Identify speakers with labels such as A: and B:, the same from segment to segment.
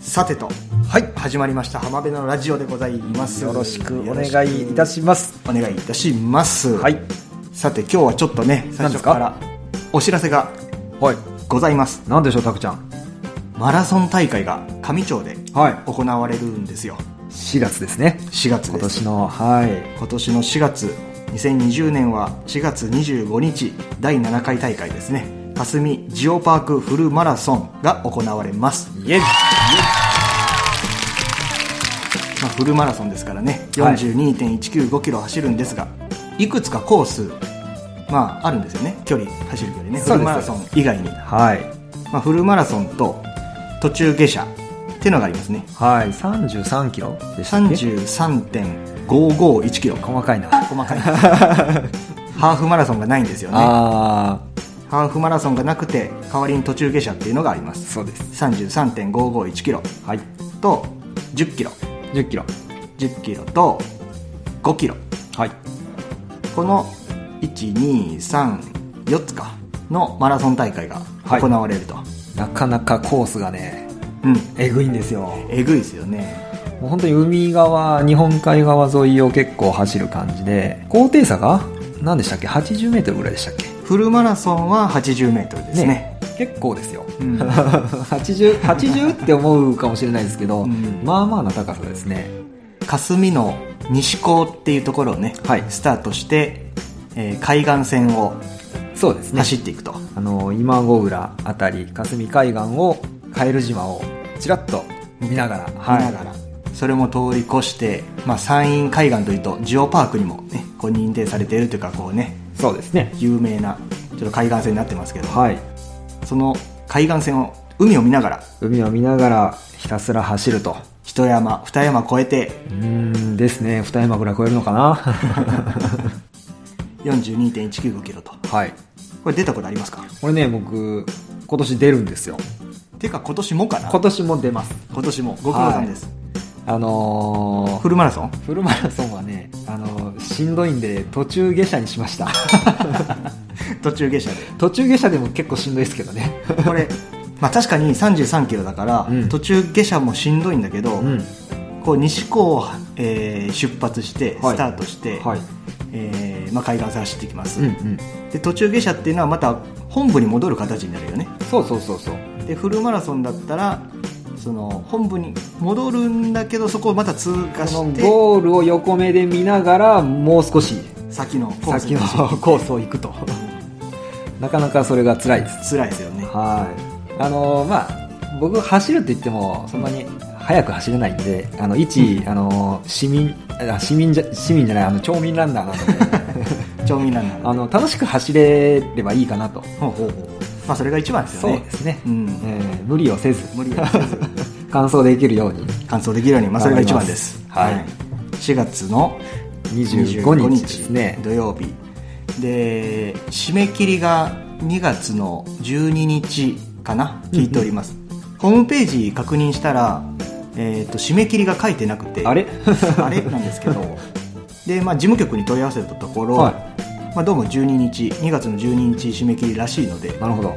A: さてと
B: はい
A: 始まりました浜辺のラジオでございます
B: よろしくお願いいたします
A: お願いいたします、
B: はい
A: さて今日はちょっとね最
B: 何で
A: 初
B: すか
A: からお知らせが
B: はい
A: ございます
B: なんでしょうたくちゃん
A: マラソン大会が上町で
B: は
A: 行われるんですよ
B: 4月ですね
A: 4月
B: 今
A: です
B: 年のはい
A: 今年の4月2020年は4月25日第7回大会ですね霞ジオパークフルマラソンが行われます、
B: イエイ
A: まあ、フルマラソンですからね
B: はい
A: 42.195キロ走るんですが、い、くつかコースまああるんですよね距離走る距離ねフ
B: そ
A: ル
B: うです
A: マラソン以外に、ま
B: はい
A: あ、フルマラソンと途中下車っていうのがありますね
B: はい33キロでしたっけ
A: 33.551キロ
B: 細かいな
A: 細かいハーフマラソンがないんですよね
B: あ
A: ハーフマラソンがなくて代わりに途中下車っていうのがありま
B: ー
A: す
B: そうです
A: 33.551キロ
B: はい
A: と10キロ
B: 10キロ
A: 10キロと5キロ
B: はい
A: この1234つかのマラソン大会が行われると、
B: なかなかコースがね
A: うん
B: えぐいんですよ
A: えぐいですよね
B: もう本当に海側日本海側沿いを結構走る感じで高低差が何でしたっけ8 0ルぐらいでしたっけ
A: フルマラソンは8 0ルですね
B: 結構ですよ、
A: うん
B: 80, 80って思うかもしれないですけど、
A: うん
B: まあまあな高さですね
A: 霞の西港っていうところをね、
B: はい
A: スタートして、えー海岸線を
B: そうですね
A: 走っていくと、
B: あの今郷浦あたり霞海岸をカエル島をちらっと見ながらはい
A: 見ながら、それも通り越して、まあ、山陰海岸というとジオパークにも、ね、こう認定されているというかこうね
B: そうですね
A: 有名なちょっと海岸線になってますけど
B: はい
A: その海岸線を海を見ながら
B: 海を見ながらひたすら走ると
A: 一山二山越えて
B: うーんですね二山ぐらい超えるのかな
A: 4 2 1 9 5キロと
B: はい
A: これ出たことありますか
B: これね僕今年出るんですよ
A: てか今年もかな
B: 今年も出ます
A: 今年もご苦労さんです、
B: あのー
A: フルマラソン
B: フルマラソンはね、あのしんどいんで途中下車にしました。
A: 途中下車で
B: 途中下車でも結構しんどいですけどね。
A: これ、まあ、確かに3 3キロだから、
B: うん
A: 途中下車もしんどいんだけど、
B: うん。
A: こう西港を、えー出発して
B: はい
A: スタートして、
B: はい。
A: えーまあ、海岸線走っていきます、
B: うんうん。
A: で途中下車っていうのはまた本部に戻る形になるよね
B: そうそうそうそう。
A: でフルマラソンだったらその本部に戻るんだけどそこをまた通過
B: この
A: して
B: ゴールを横目で見ながら、もう少し
A: 先のコース
B: 先
A: に
B: のコースを行くと。なかなかそれが辛いです。
A: 辛いですよ ね
B: はい。あのまあ、僕走るって言っても、そんなに早く走れないんで、あの、一、あの市民、あ市民じゃ、市民じゃない、あの、町民ランナーなので、
A: 町民ランナー
B: あの、楽しく走れればいいかなと。
A: ほうほうほうまあそれが一番ですよ
B: そう
A: ね
B: ですね、
A: うん
B: えー無理をせず
A: 無理をせ ず
B: 完走できるように
A: 完走できるように、まあ、それが一番です
B: 頑張ります
A: 4月の
B: 25日ですね
A: 土曜日で締め切りが2月の12日かな聞いております、ホームページ確認したら、えー、と締め切りが書いてなくて
B: あれ
A: あれなんですけどで、まあ、事務局に問い合わせたところ、
B: はい
A: まあ、どうも12日2月の12日締め切りらしいので
B: なるほど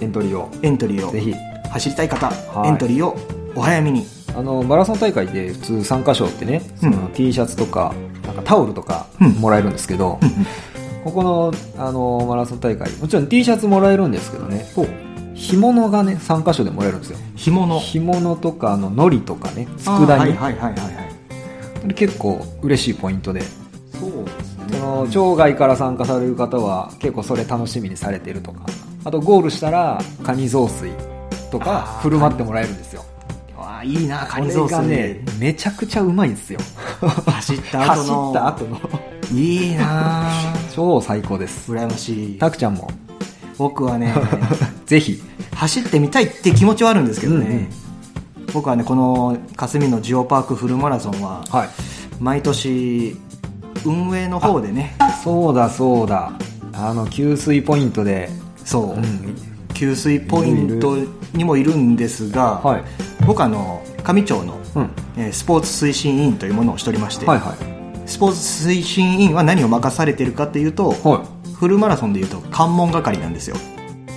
B: エントリーを
A: エントリー
B: ぜ
A: を
B: ひ
A: 走りたい方、
B: はい
A: エントリーをお早めに
B: あのマラソン大会で普通参加賞ってね、その
A: うん
B: T シャツとかなんかタオルとか
A: うん
B: もらえるんですけど、ここのあのマラソン大会もちろん T シャツもらえるんですけどね干物がね参加賞でもらえるんですよ
A: 干物
B: 干物とかあの海苔とかね
A: あー
B: 佃煮、
A: はいはいはいはいはい
B: これ結構嬉しいポイントで
A: そうです
B: その町外から参加される方は結構それ楽しみにされてるとかあとゴールしたらカニ雑炊とか
A: あー
B: 振る舞ってもらえるんですよ
A: ああいいなカ
B: こ
A: ニ
B: れ
A: ソース
B: がねめちゃくちゃうまいんですよ
A: 走った後
B: 走
A: の
B: った後の
A: いいなぁ
B: 超最高です
A: 羨ましい
B: たくちゃんも
A: 僕はね
B: ぜひ
A: 走ってみたいって気持ちはあるんですけどね、
B: うんうん
A: 僕はねこの霞のジオパークフルマラソンは
B: はい
A: 毎年運営の方でね
B: そうだそうだあの給水ポイントで
A: そう、
B: うん
A: 給水ポイントにもいるんですが、
B: はい
A: 僕あの上町の、
B: うん
A: えースポーツ推進委員というものをしておりまして、
B: はいはい
A: スポーツ推進委員は何を任されているかというと、
B: は
A: フルマラソンでいうと関門係なんですよ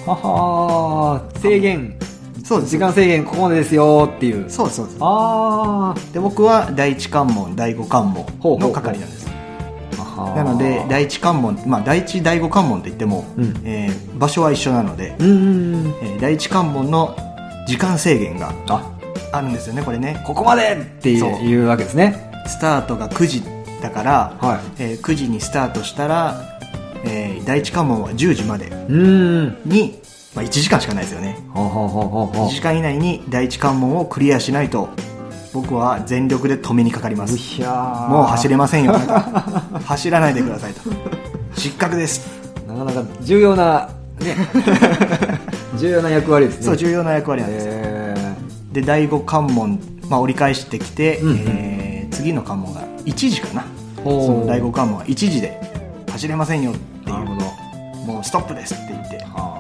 B: いははー制限
A: そうです
B: 時間制限ここまでですよっていう。
A: そうですそうです
B: あ
A: で僕は第一関門第五関門
B: ほうほうほ
A: の
B: う
A: 係なんです
B: あ。
A: なので第一関門、まあ、第一第五関門といっても、
B: うん
A: えー場所は一緒なので、
B: うんうんうん。
A: えー第一関門の時間制限が
B: あ、
A: あるんですよねこれね
B: ここまでって
A: そう
B: いうわけですね。
A: スタートが9時だから、
B: は
A: えー9時にスタートしたら、えー第一関門は10時まで
B: い。うん。
A: に、まあ、1時間しかないですよね
B: ほうほうほうほうほ
A: 1
B: う
A: 時間以内に第一関門をクリアしないと僕は全力で止めにかかります
B: いやー
A: もう走れませんよあなた走らないでくださいと 失格です
B: なかなか重要な、 ね。重要な役割ですね。
A: そう重要な役割なんです
B: へ
A: で第5関門、まあ、折り返してきて、
B: うんうん
A: えー次の関門が1時かな
B: ー
A: そ
B: ほ
A: の
B: う
A: 第5関門は1時で走れませんよっていう
B: なるほど。
A: もうストップですって言って
B: は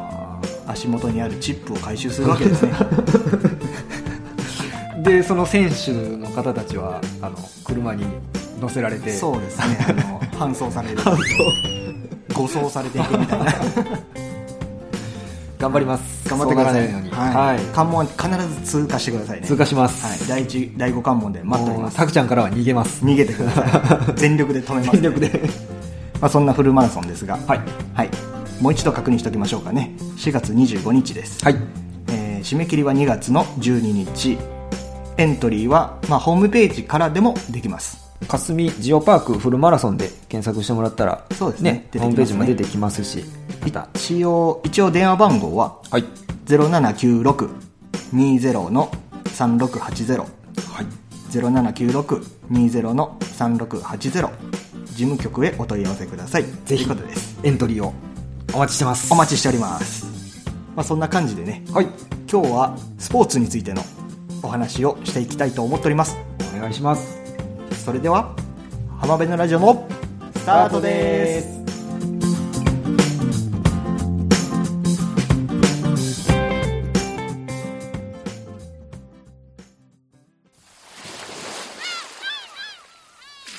A: 足元にあるチップを回収するわけ ですね
B: ーで、その選手の方たちは、あの、車に乗せられて。
A: そうですねあの搬送され る護送されていくみたいな
B: 頑張ります。
A: 頑張ってください
B: そうならなように。
A: はい
B: は
A: 関門は必ず通過してください
B: い。
A: ね
B: 通過します。
A: はい、第一第5関門で待っており
B: もう
A: ます
B: タクちゃんからは逃げます。
A: 逃げてください全力で止めます
B: 全力で。
A: まあ、そんなフルマラソンですが、
B: はい。
A: はい、もう一度確認しておきましょうかね4月25日です、
B: はい。
A: えー締め切りは2月の12日エントリーは、まあ、ホームページからでもできます
B: 霞ジオパークフルマラソンで検索してもらったら、
A: そうですね出てきますね
B: ホームページも出てきますし、また、
A: 一応一応電話番号は
B: はい。
A: 079620の3680
B: はい。
A: 079620の3680事務局へお問い合わせください
B: ぜひ
A: ということです
B: エントリーをお待ちしてます。
A: お待ちしております、まあ、そんな感じでね
B: ち。はい。
A: 今日はスポーツについてのお話をしていきたいと思っております
B: お願いします。
A: それでは浜辺のラジオのスタートです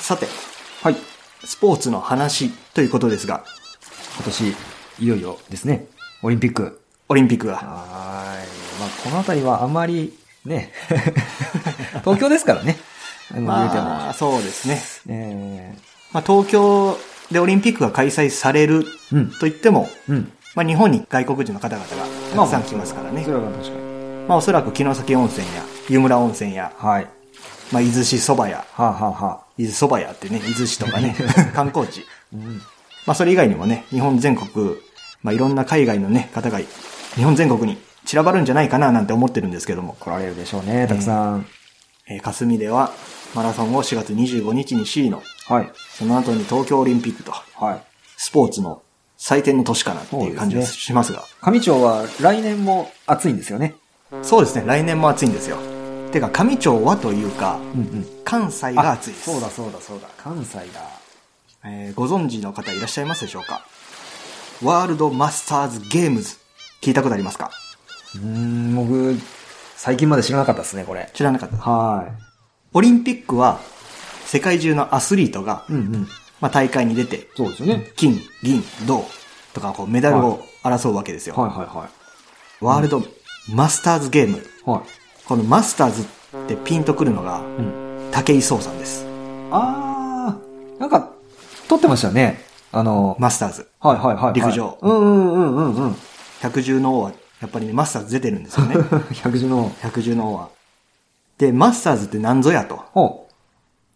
A: さて
B: はい。
A: スポーツの話ということですが
B: 今年、いよいよですね、オリンピック。
A: オリンピックが
B: はーい。まあ、この辺りはあまり、ね、 東京ですからね。あの、言うても。
A: まあそうですね、
B: え
A: まあ、東京でオリンピックが開催される
B: ー、うん。
A: といっても、
B: うん。
A: まあ、日本に外国人の方々がたくさん来ますからね、
B: それは確かに。
A: まあ、おそらく城崎温泉や湯村温泉や、
B: はい。
A: まあ、伊豆市そばや
B: はあ、はあは
A: 伊豆そばやってね伊豆市とか ね観光地、
B: あ、うん。
A: まあ、それ以外にもね日本全国、まあ、いろんな海外の、ね、方が日本全国に散らばるんじゃないかななんて思ってるんですけども、
B: 来られるでしょうね、たくさん。
A: えー霞ではマラソンを4月25日に C の
B: はい。
A: その後に東京オリンピックと
B: はい。
A: スポーツの祭典の年かなっていう感じが
B: そうですね
A: しますが
B: 上町は来年も暑いんですよね。
A: そうですね来年も暑いんですよてか上町はというか
B: うんうん。
A: 関西が暑いです
B: そうだそうだそうだ。関西だ。
A: えーご存知の方いらっしゃいますでしょうかワールドマスターズゲームズ聞いたことありますか
B: うーん、僕、最近まで知らなかったですね、これ。
A: 知らなかった
B: は
A: オリンピックは世界中のアスリートが、
B: い。うんうん。
A: まあ、大会に出て
B: そうですよね。
A: 金銀銅とかこうメダルを争うわけですよ、
B: はいは
A: ワールドマスターズゲーム
B: いはい。は
A: このマスターズってピンとくるのが
B: い。うん。
A: 武井壮さんです
B: あー、なんか、撮ってましたよね。あの、
A: マスターズ
B: はいはいはいはい。
A: 陸上
B: うんうんうんうんうん。
A: 百獣の王はやっぱりねマスターズ出てるんですよね
B: 百獣の。
A: 百獣の王はでマスターズって何ぞやと
B: ほ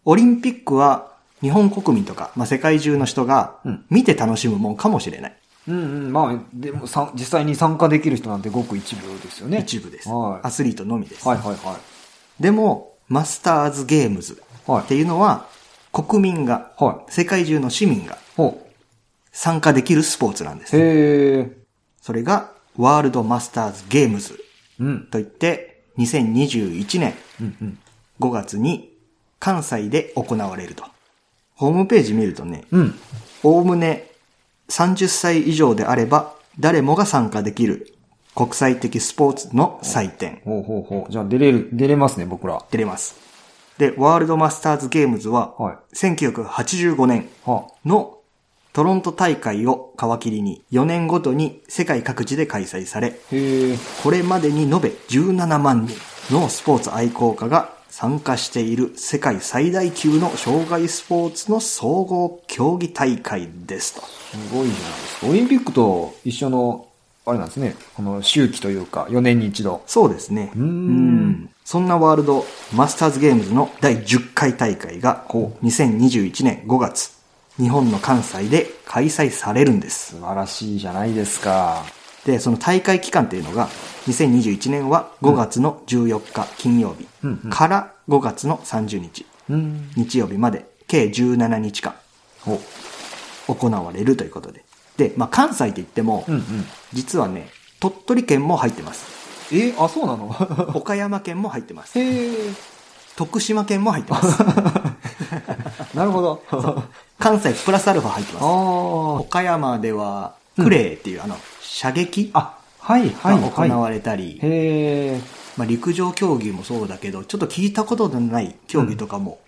A: オリンピックは日本国民とか、まあ、世界中の人が
B: うん
A: 見て楽しむもんかもしれない。
B: う。うんうん。まあ、でもさ、実際に参加できる人なんてごく一部ですよね。
A: 一部です。
B: はい
A: アスリートのみです。
B: はいはいはい。
A: でも、マスターズゲームズ
B: はい
A: っていうのは、国民が、
B: は
A: 世界中の市民が
B: ほ
A: 参加できるスポーツなんで
B: う。
A: す。
B: へえ。
A: それが、ワールドマスターズゲームズ
B: うん。
A: といって、2021年
B: うんうん。
A: 5月に関西で行われると。ホームページ見るとね、
B: うん。
A: おおむね30歳以上であれば誰もが参加できる国際的スポーツの祭典
B: ほうほうほう。じゃあ出れる、出れますね、僕ら。は
A: 出れます。で、ワールドマスターズゲームズは、
B: は
A: 1985年
B: あ。
A: のトロント大会を皮切りに4年ごとに世界各地で開催され、
B: へえ。
A: これまでに延べ17万人のスポーツ愛好家が参加している世界最大級の障害スポーツの総合競技大会ですと。
B: すごいじゃないですか。オリンピックと一緒の、あれなんですね。この周期というか、4年に一度。
A: そうですね。
B: うーん
A: うんそんなワールドマスターズゲームズの第10回大会が2021年5月、日本の関西で開催されるんです。
B: 素晴らしいじゃないですか。
A: で、その大会期間っていうのが、2021年は5月の14日金曜日
B: うんうん
A: から5月の30日、
B: うん。
A: 日曜日まで、計17日間
B: お。
A: 行われるということで。で、まあ、関西って言っても、
B: うんうん。
A: 実はね、鳥取県も入ってます。
B: え、あ、そうなの
A: 岡山県も入ってます。
B: へえ。
A: 徳島県も入ってます。
B: なる ほど。
A: 関西プラスアルファ入ってます。
B: あ
A: 岡山では、クレーっていう、あの、射撃
B: あ。あ、はい
A: が
B: はいはい。
A: 行われたり、
B: へえ。
A: まあ、陸上競技もそうだけど、ちょっと聞いたことのない競技とかも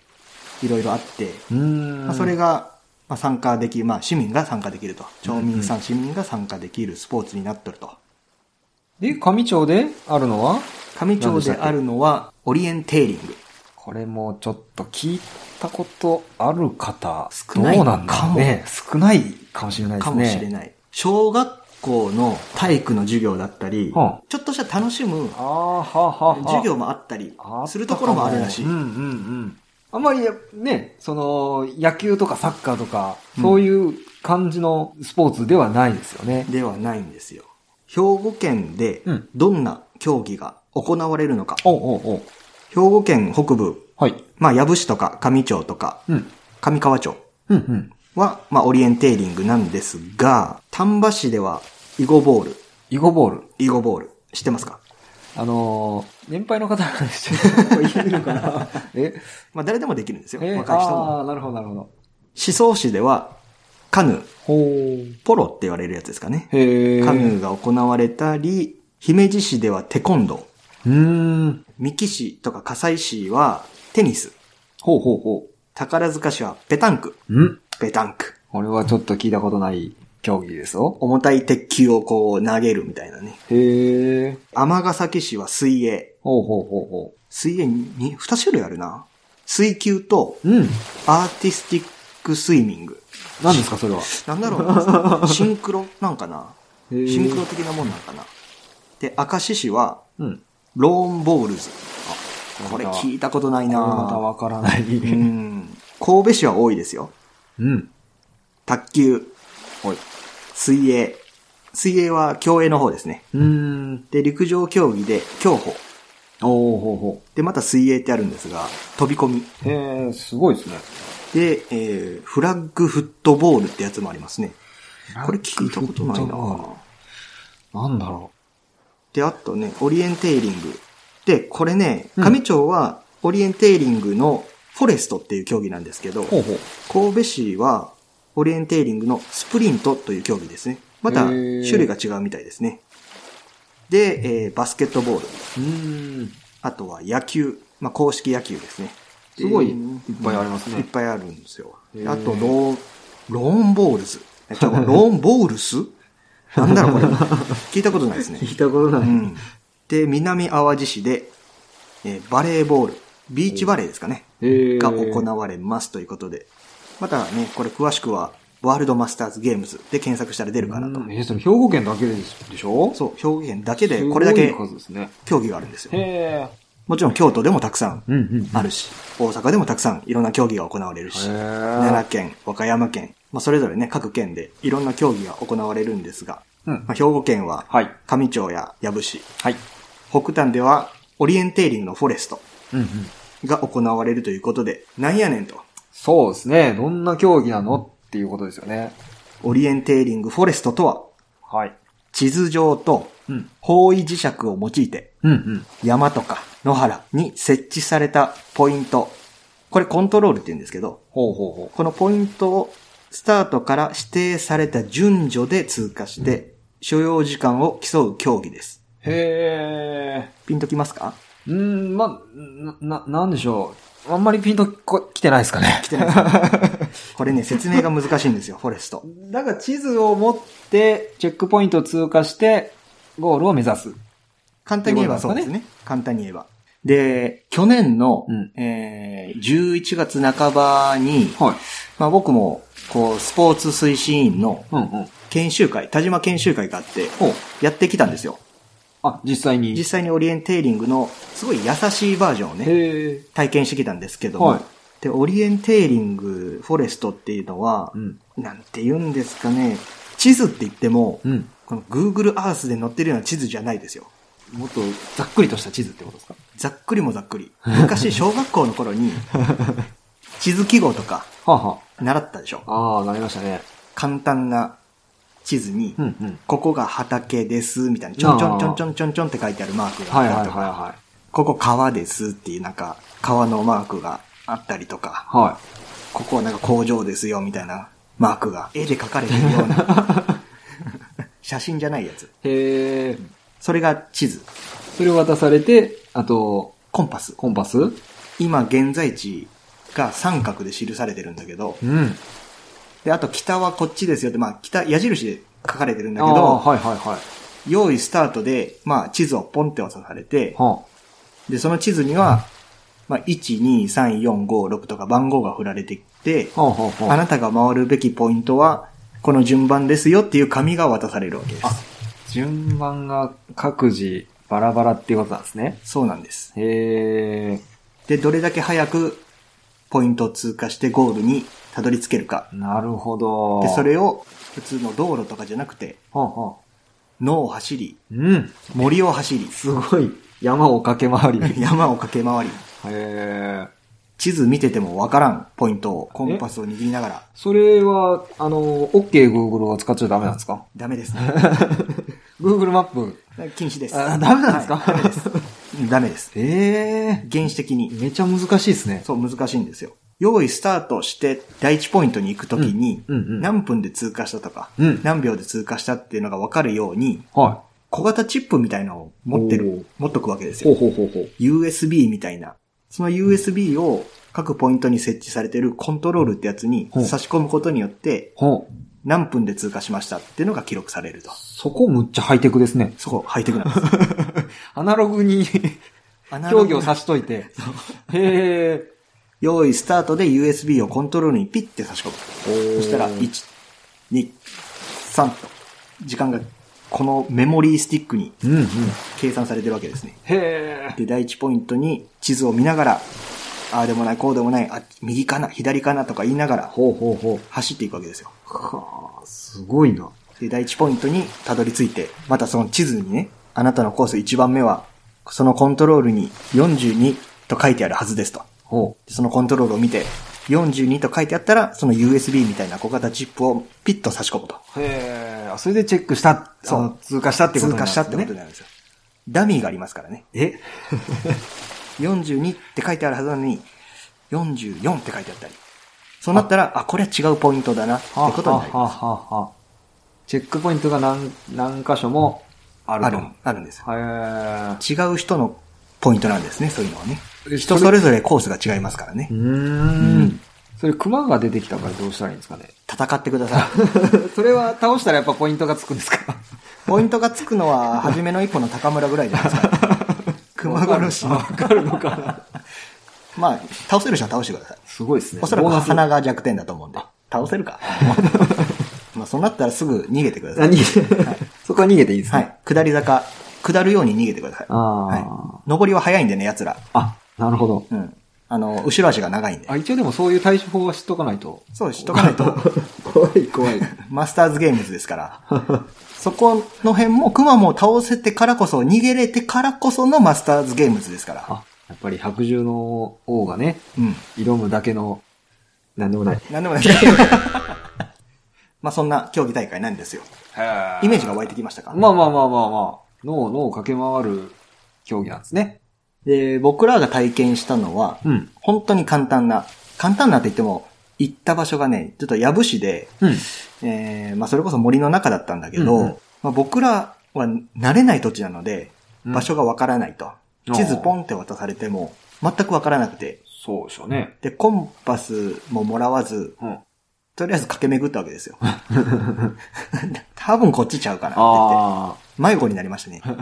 A: いろいろあって、
B: うー
A: まあ、
B: ん。
A: それが、まあ、参加できる、まあ、市民が参加できると。町民さ、
B: うん
A: 市民が参加できるスポーツになってると。
B: で、上町であるのは
A: 上町であるのは、オリエンテーリング。
B: これもちょっと聞いたことある方、
A: 少ない
B: どうなんだろうね。少ないかもしれないです
A: か
B: ね。
A: もしれない。小学校の体育の授業だったり、
B: はあ
A: ちょっとした楽しむ
B: あーはあはあはあ
A: 授業もあったりするところもあるらしい
B: うん。うんうん。あんまりね、その、野球とかサッカーとか、
A: うん
B: そういう感じのスポーツではないですよね。
A: ではないんですよ。兵庫県で
B: うん
A: どんな競技が行われるのか。
B: おうおうおう
A: 兵庫県北部、
B: はい。
A: まあ、矢部市とか上町とか
B: うん。
A: 上川町
B: うんうん。
A: は、まあ、オリエンテーリングなんですが、丹波市では囲碁ボール、
B: 囲碁ボール。
A: 囲碁ボール、知ってますか
B: あのー、年配の方なんでしてるのかな え、
A: まあ、誰でもできるんですよ。
B: え
A: 若い人
B: あ
A: も。
B: あ、なるほどなるほど。
A: 思想市では、カヌー、
B: ほー。
A: ポロって言われるやつですかね。
B: へー。
A: カヌーが行われたり、姫路市ではテコンドー、
B: うーん。
A: 三木市とか葛西市はテニス、
B: ほうほうほ
A: 宝塚市はペタンク、
B: う。ん
A: ペタンク。
B: これはちょっと聞いたことない競技ですよ。
A: 重たい鉄球をこう投げるみたいなね。
B: へえ。
A: 天崎市は水泳。
B: ほうほうほうほ
A: 水泳に2種類あるな。水球と
B: う。うん。
A: アーティスティックスイミング。
B: 何ですか、それは。
A: なんだろうな。シンクロなんかな。
B: へー
A: シンクロ的なもんなんかな。で、明石市は
B: うん。
A: ローンボールズ。あこれ聞いたことない
B: これまた
A: な。
B: わからない。
A: う
B: うん。
A: ん。神戸市は多いですよ。卓球、
B: はい。
A: 水泳。水泳は競泳の方ですね。
B: うーん。
A: で、陸上競技で競歩。
B: おーほうほ
A: で、また水泳ってあるんですが、飛び込み。
B: う。へえ、すごいですね。
A: で、えー、フラッグフットボールってやつもありますね。これ聞いたことないな
B: なんだろ
A: で、あとね、オリエンテーリング。で、これね、
B: うん
A: 上町はオリエンテーリングのフォレストっていう競技なんですけど
B: う。、ほうほう。
A: 神戸市はオリエンテーリングのスプリントという競技ですね。また、
B: へ
A: 種
B: ー
A: 類が違うみたいですね。で、えーバスケットボール。
B: うーん。
A: あとは野球。まあ、公式野球ですね。
B: すごい
A: で
B: いっぱいありますね
A: いっぱいあるんですよ。
B: へー
A: あと、ロー、ローンボールズ。えちょロ ーンボールスなんだろう、これ。聞いたことないですね。
B: いたこと
A: う
B: な。
A: ん。で、南淡路市で、えーバレーボール、ビーチバレーですかね。
B: へえ。
A: が行われますということで。またね、これ詳しくは、ワールドマスターズゲームズで検索したら出るかなと。
B: うんえ、それ兵庫県だけでしょう。
A: そう、表現だけで、これだけ
B: すごい数ですね。
A: 競技があるんですよ。
B: へえ。
A: もちろん京都でもたくさん
B: うんうん。
A: あるし、大阪でもたくさんいろんな競技が行われるし、
B: 奈
A: 奈良県、和歌山県、まあ、それぞれね、各県でいろんな競技が行われるんですが、
B: 良。う
A: まあ、
B: ん。
A: 兵庫県は
B: はい。
A: 上町や矢部市、
B: はい。
A: 北端ではオリエンテーリングのフォレスト
B: うんうん。
A: が行われるということで、なんやねんと、
B: そうですね。どんな競技なのっていうことですよね。
A: オリエンテーリングフォレストとは、
B: はい。
A: 地図上と
B: うん。
A: 方位磁石を用いて、
B: うんうん。
A: 山とか野原に設置されたポイント、これコントロールって言うんですけど、
B: ほうほうほ
A: このポイントをスタートから指定された順序で通過して、所要時間を競う競技です。
B: う。へえ。
A: ピンときますか
B: うーん、ま、な、ななんでしょう。あんまりピンとこ来てないですかね。来てない
A: これね、説明が難しいんですよ、フォレスト。
B: だから地図を持って、チェックポイントを通過して、ゴールを目指す。
A: 簡単に言えばそうですね。簡単に言えば。で、去年の、
B: うん
A: えー11月半ばに、
B: はい。
A: まあ僕も、こう、スポーツ推進員の
B: うんうん。
A: 研修会、田島研修会があって、
B: ほう。
A: やってきたんですよ。
B: あ、実際に。
A: 実際にオリエンテーリングの、すごい優しいバージョンをね、
B: へえ。
A: 体験してきたんですけども、
B: はい
A: で、オリエンテーリング、フォレストっていうのは、
B: うん。
A: なんて言うんですかね、地図って言っても、
B: うん。
A: この Google Earth で載ってるような地図じゃないですよ。
B: もっとざっくりとした地図ってことですか
A: ざっくりもざっ くり。昔、小学校の頃に、地図記号とか
B: はあ、は
A: 習ったでしょ。
B: あ。ああ、なりましたね。
A: 簡単な地図に、
B: うんうん。
A: ここが畑です、みたいな、ちょんちょんちょんちょんちょんちょんって書いてあるマークが
B: はい
A: あっ
B: はい
A: た
B: はい
A: りとか、
B: は
A: ここ川ですっていうなんか、川のマークがあったりとか、
B: い。は
A: ここはなんか工場ですよ、みたいなマークが、絵で描かれてるような、 写真じゃないやつ。
B: い。へえ。
A: それが地図、
B: それを渡されて、あと、
A: コンパス。
B: コンパスうん。
A: 今、現在地が三角で記されてるんだけど、で、あと北はこっちですよって、まあ北、矢印で書かれてるんだ
B: あ
A: け
B: あ、
A: ど、
B: はいはいはい。
A: 用意スタートで、まあ地図をポンって渡されて、
B: は
A: で、その地図には、まあ1、2、3、4、5、6とか番号が振られてきて
B: あ。、はあはあは
A: あなたが回るべきポイントは、この順番ですよっていう紙が渡されるわけです
B: あ。順番が各自バラバラっていうことなんですね。
A: そうなんです。
B: へえ、
A: で、どれだけ早くポイントを通過してゴールにたどり着けるか。
B: なるほど。
A: で、それを普通の道路とかじゃなくて、
B: はあはあ
A: 野を走り、
B: うん。
A: 森を走り、
B: すごい。山を駆け回 り。へ
A: 山を駆け回り、
B: え。
A: 地図見ててもわからんポイントをコンパスを握りながら、
B: それは、あの、OKGoogle は使っちゃダメなんですか
A: ダメですね。
B: ?Google マップ。
A: 禁止です。
B: あダメなんですか
A: はいダメ ですうん。ダメです。
B: ええ。
A: 原始的に。
B: めちゃ難しいですね。
A: そう、難しいんですよ。用意スタートして、第一ポイントに行くときに、
B: うんうんうん
A: 何分で通過したとか、
B: うん
A: 何秒で通過したっていうのがわかるように、
B: は
A: 小型チップみたいなのを持って
B: おー
A: る、持っとくわけです
B: い。ほう
A: よ。
B: ほうほうほう。
A: USB みたいな。その USB を各ポイントに設置されてるコントロールってやつに
B: ほう
A: 差し込むことによって、
B: ほう。
A: 何分で通過しましたっていうのが記録されると。
B: そこむっちゃハイテクですね。
A: そこ、ハイテクなんで す。
B: アナログ に競技を差しといて。へえ。
A: 用意スタートで USB をコントロールにピッて差し込む。
B: そ
A: そしたら、1、2、3と、時間がこのメモリースティックに
B: うんうん。
A: 計算されてるわけですね。
B: へえ。
A: で、第1ポイントに地図を見ながら、ああでもない、こうでもない、あ、右かな、左かなとか言いながら
B: ほうほうほう。
A: 走っていくわけですよ。
B: はあ、すごいな。
A: で、第1ポイントにたどり着いて、またその地図にね、あなたのコース1番目は、そのコントロールに42と書いてあるはずですと。
B: ほ
A: でそのコントロールを見て、42と書いてあったら、その USB みたいな小型チップをピッと差し込むと。
B: う。へえ。あそれでチェックした、
A: そう
B: あの通過したってこと
A: 通
B: に
A: 過
B: な
A: し
B: るんで
A: た
B: す
A: っ
B: ね
A: てことになるんですよ。ダミーがありますからね。
B: え
A: 42って書いてあるはずなのに、44って書いてあったり。そうなったら、あ、これは違うポイントだなって
B: はあ
A: ことになり
B: はあ
A: ます。
B: はあはあチェックポイントが何、何箇所もあると。
A: ある、あるんです。
B: へ
A: 違う人のポイントなんですね、そういうのはね。
B: え。
A: 人それぞれコースが違いますからね
B: う。
A: うんん。
B: それ、熊が出てきたからどうしたらいいんで すかね。
A: 戦ってください。
B: それは倒したらやっぱポイントがつくんです か
A: ポイントがつくのは、初めの一歩の高村ぐらいじゃないですか。 熊殺しの
B: わ。かるのかな
A: まあ、倒せる人は倒してください。
B: すごいですね。
A: おそらく
B: ボーナス
A: 鼻が弱点だと思うんで。倒せる か。まあ、そうなったらすぐ逃げてください。
B: 何 そこは逃げていいです
A: は
B: ね。
A: い。下り坂。下るように逃げてください。
B: ああ、
A: はい。上りは早いんでね、奴ら。
B: あ、なるほど。
A: うん。あの、後ろ足が長いんで
B: あ、。一応でもそういう対処法は知っとかないと。
A: そう、しとかない と。
B: 怖い怖い。
A: マスターズゲームズですから。そこの辺も、熊も倒せてからこそ、逃げれてからこそのマスターズゲームズですから。
B: あ、やっぱり百獣の王がね、
A: うん。
B: 挑むだけの、なんでもない。
A: なんで もない。まあ、そんな競技大会なんですよ。イメージが湧いてきましたか
B: まあまあまあまあまあ、脳、脳を駆け回る競技なんですね。
A: で、僕らが体験したのは、
B: うん。
A: 本当に簡単な、簡単なって言っても、行った場所がね、ちょっとやぶ市で、
B: うん。
A: えーまあそれこそ森の中だったんだけど、
B: うんうん
A: まあ、僕らは慣れない土地なので、
B: うん
A: 場所がわからないと
B: あ。ー
A: 地図ポンって渡されても、全くわからなくて、
B: そうでしょうね。
A: で、コンパスももらわず、
B: うん。あ
A: とりあえず駆け巡ったわけです よ。多分こっちちゃうかなって言って
B: あ
A: 迷子になりま したね。
B: ー。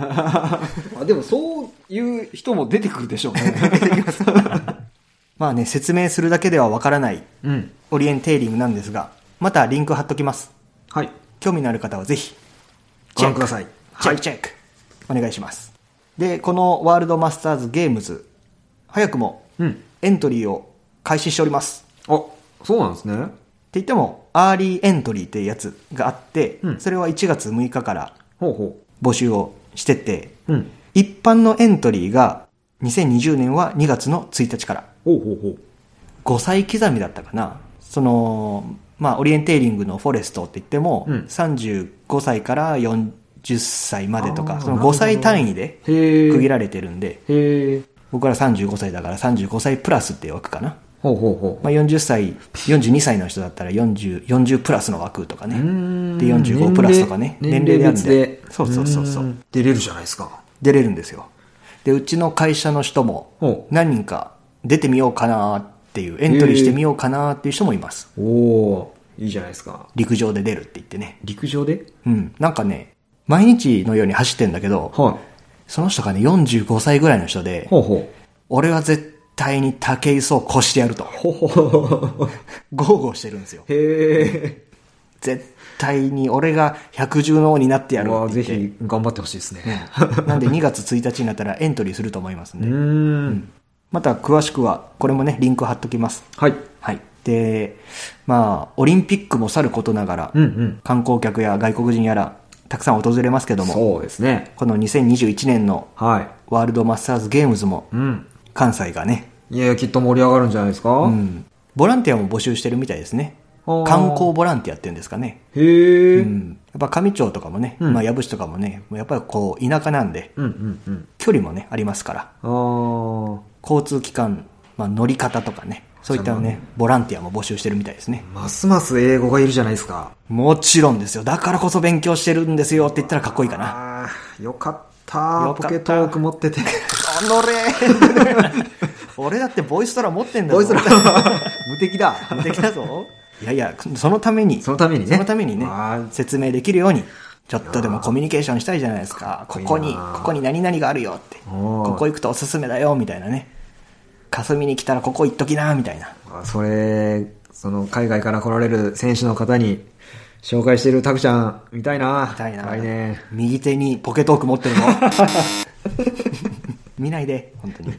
B: まあでもそういう人 も出てくるでしょうね。
A: まあね、説明するだけではわからない
B: うん。
A: オリエンテーリングなんですが、またリンク貼っときます。
B: はい。
A: 興味のある方はぜひ、
B: ご覧ください。
A: チェックチェック、お願いします。で、このワールドマスターズゲームズ、早くも
B: うん。
A: エントリーを開始しております。
B: あ、そうなんですね。
A: って言っても、アーリーエントリーっていうやつがあって、
B: うん
A: それは1月6日から
B: ほうほ
A: 募集をしてて、
B: う。うん。
A: 一般のエントリーが2020年は2月の1日から、
B: ほうほうほう。
A: 5歳刻みだったかな。その、まあ、オリエンテーリングのフォレストって言っても、
B: うん
A: 35歳から40歳までと
B: あ
A: か、
B: ー
A: その5歳単位で
B: へえ。
A: 区切られてるんで、
B: へえ。
A: 僕ら35歳だから35歳プラスっていう枠かな。
B: ほうほうほう。
A: まあ、40歳、42歳の人だったら40、40プラスの枠とかね。
B: うーん
A: で、45プラスとかね。
B: 年齢別
A: であるん
B: で。。。
A: そうそうそうそううん
B: 出れるじゃないですか。
A: 出れるんですよ。で、うちの会社の人も
B: ほ、う
A: 何人か出てみようかなっていう、エントリーしてみようかなっていう人もいます。
B: おおいいじゃないですか。
A: 陸上で出るって言ってね。
B: 陸上で
A: うん。なんかね、毎日のように走ってんだけど、
B: は
A: その人がね、45歳ぐらいの人
B: い。
A: で、
B: ほうほ
A: 俺は絶対に竹磯を越してやると、
B: う。ほうほう。
A: 豪語してるんですよ。
B: へえ。
A: 絶対に俺が百獣の王になってやる
B: わあ
A: って言
B: ぜ
A: って。
B: ひ頑張ってほしいですね。
A: なんで2月1日になったらエントリーすると思いますん
B: う
A: で。
B: ーん。
A: また詳しくは、これもね、リンク貼っときます。
B: はい。
A: はい。で、まあ、オリンピックもさることながら、
B: うんうん。
A: 観光客や外国人やら、たくさん訪れますけども、
B: そうですね。
A: この2021年の
B: は
A: ワールドマスターズゲームズも
B: い。うん。
A: 関西がね、
B: いや、きっと盛り上がるんじゃないですか。
A: うん、ボランティアも募集してるみたいですね
B: あー
A: 観光ボランティアっていうんですかね、
B: へえ。う
A: うんん、やっぱ上町とかもね、まあ、藪市とかもねやっぱりこう田舎なんで
B: うんうん。
A: 距離もねありますから
B: あー
A: 交通機関、まあ、乗り方とかねそういったねボランティアも募集してるみたいですね
B: ますます英語がいるじゃないですか。
A: もちろんですよだからこそ勉強してるんですよって言ったらかっこいいかな
B: ああ、よかった
A: よかった
B: ポケトーク持ってて。
A: 乗れ 俺だってボイストラ持ってんだぞ
B: ボイスラ 無敵だ。
A: 無敵だぞいやいやそのために
B: そのためにね。
A: そのためにね
B: あー、
A: 説明できるように、ちょっとでもコミュニケーションしたいじゃないですか。こ
B: いいな
A: こに、ここに何々があるよって。
B: おー
A: ここ行くとおすすめだよ、みたいなね。霞に来たらここ行っときな、みたいな。
B: あそれ、その、海外から来られる選手の方に、紹介してるタクちゃん、見たいな。見
A: みたいな。
B: いね。
A: 右手にポケトーク持ってるの。 見ないで、本当に。い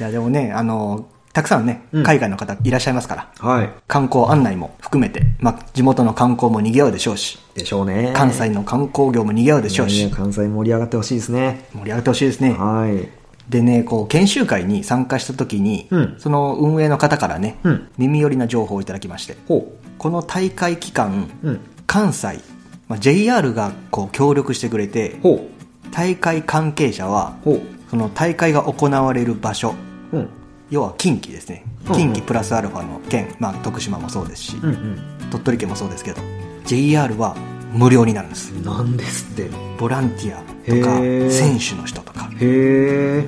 A: や、でもね、あの、たくさんね、
B: うん
A: 海外の方いらっしゃいますから。
B: はい。
A: 観光案内も含めて、まあ、地元の観光も賑わうでしょうし、
B: でしょうね。
A: 関西の観光業も賑わうでしょう
B: いやい
A: し
B: や、関西盛り上がってほしいですね。
A: 盛り上がってほしいですね。
B: はい。
A: でね、こう、研修会に参加した時に、
B: うん
A: その運営の方からね、
B: うん
A: 耳寄りな情報をいただきまして、
B: ほ
A: この大会期間、
B: う。うん。
A: 関西、まあ、JR がこう協力してくれて、
B: ほう。
A: 大会関係者は、
B: ほう。
A: その大会が行われる場所、
B: うん。
A: 要は近畿ですね。
B: うん
A: 近畿プラスアルファの県、まあ、徳島もそうですし、
B: うん
A: 鳥取県もそうですけど、JR は無料になるんです。
B: うん。なんですって。
A: ボランティアとか
B: へ、ー
A: 選手の人とか、
B: へえ。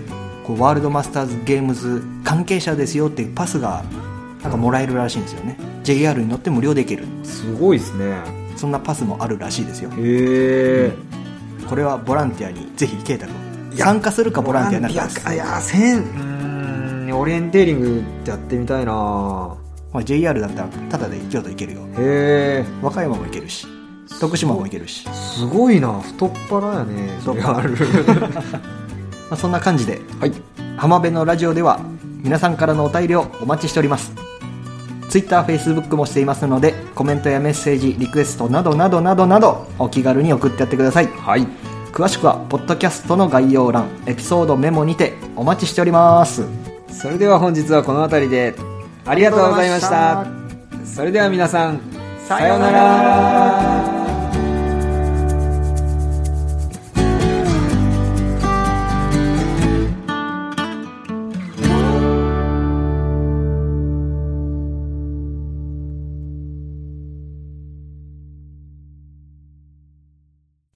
A: こうワールドマスターズゲームズ関係者ですよっていうパスがなんかもらえるらしいんですよね JR に乗って無料で行ける
B: すごいですね。
A: そんなパスもあるらしいですよ
B: へえ。
A: これはボランティアにぜひ圭太君参加するかボランティアになるかです、
B: あ、いや、せん、うーん、オリエンテーリングってやってみたいな
A: まあ、JR だったらタダで京都行けるよ
B: へえ。
A: 和歌山も行けるし徳島も行けるし、ます
B: ごいな太っ腹やね。
A: 太っ
B: ある。
A: あ、そんな感じで
B: はい。
A: 浜辺のラジオでは皆さんからのお便りをお待ちしております TwitterFacebook もしていますのでコメントやメッセージリクエストなどなどなどなどお気軽に送ってやってください
B: はい。
A: 詳しくはポッドキャストの概要欄エピソードメモにてお待ちしております
B: それでは本日はこの辺りで、ありがとうございました。それでは皆さん、さようなら。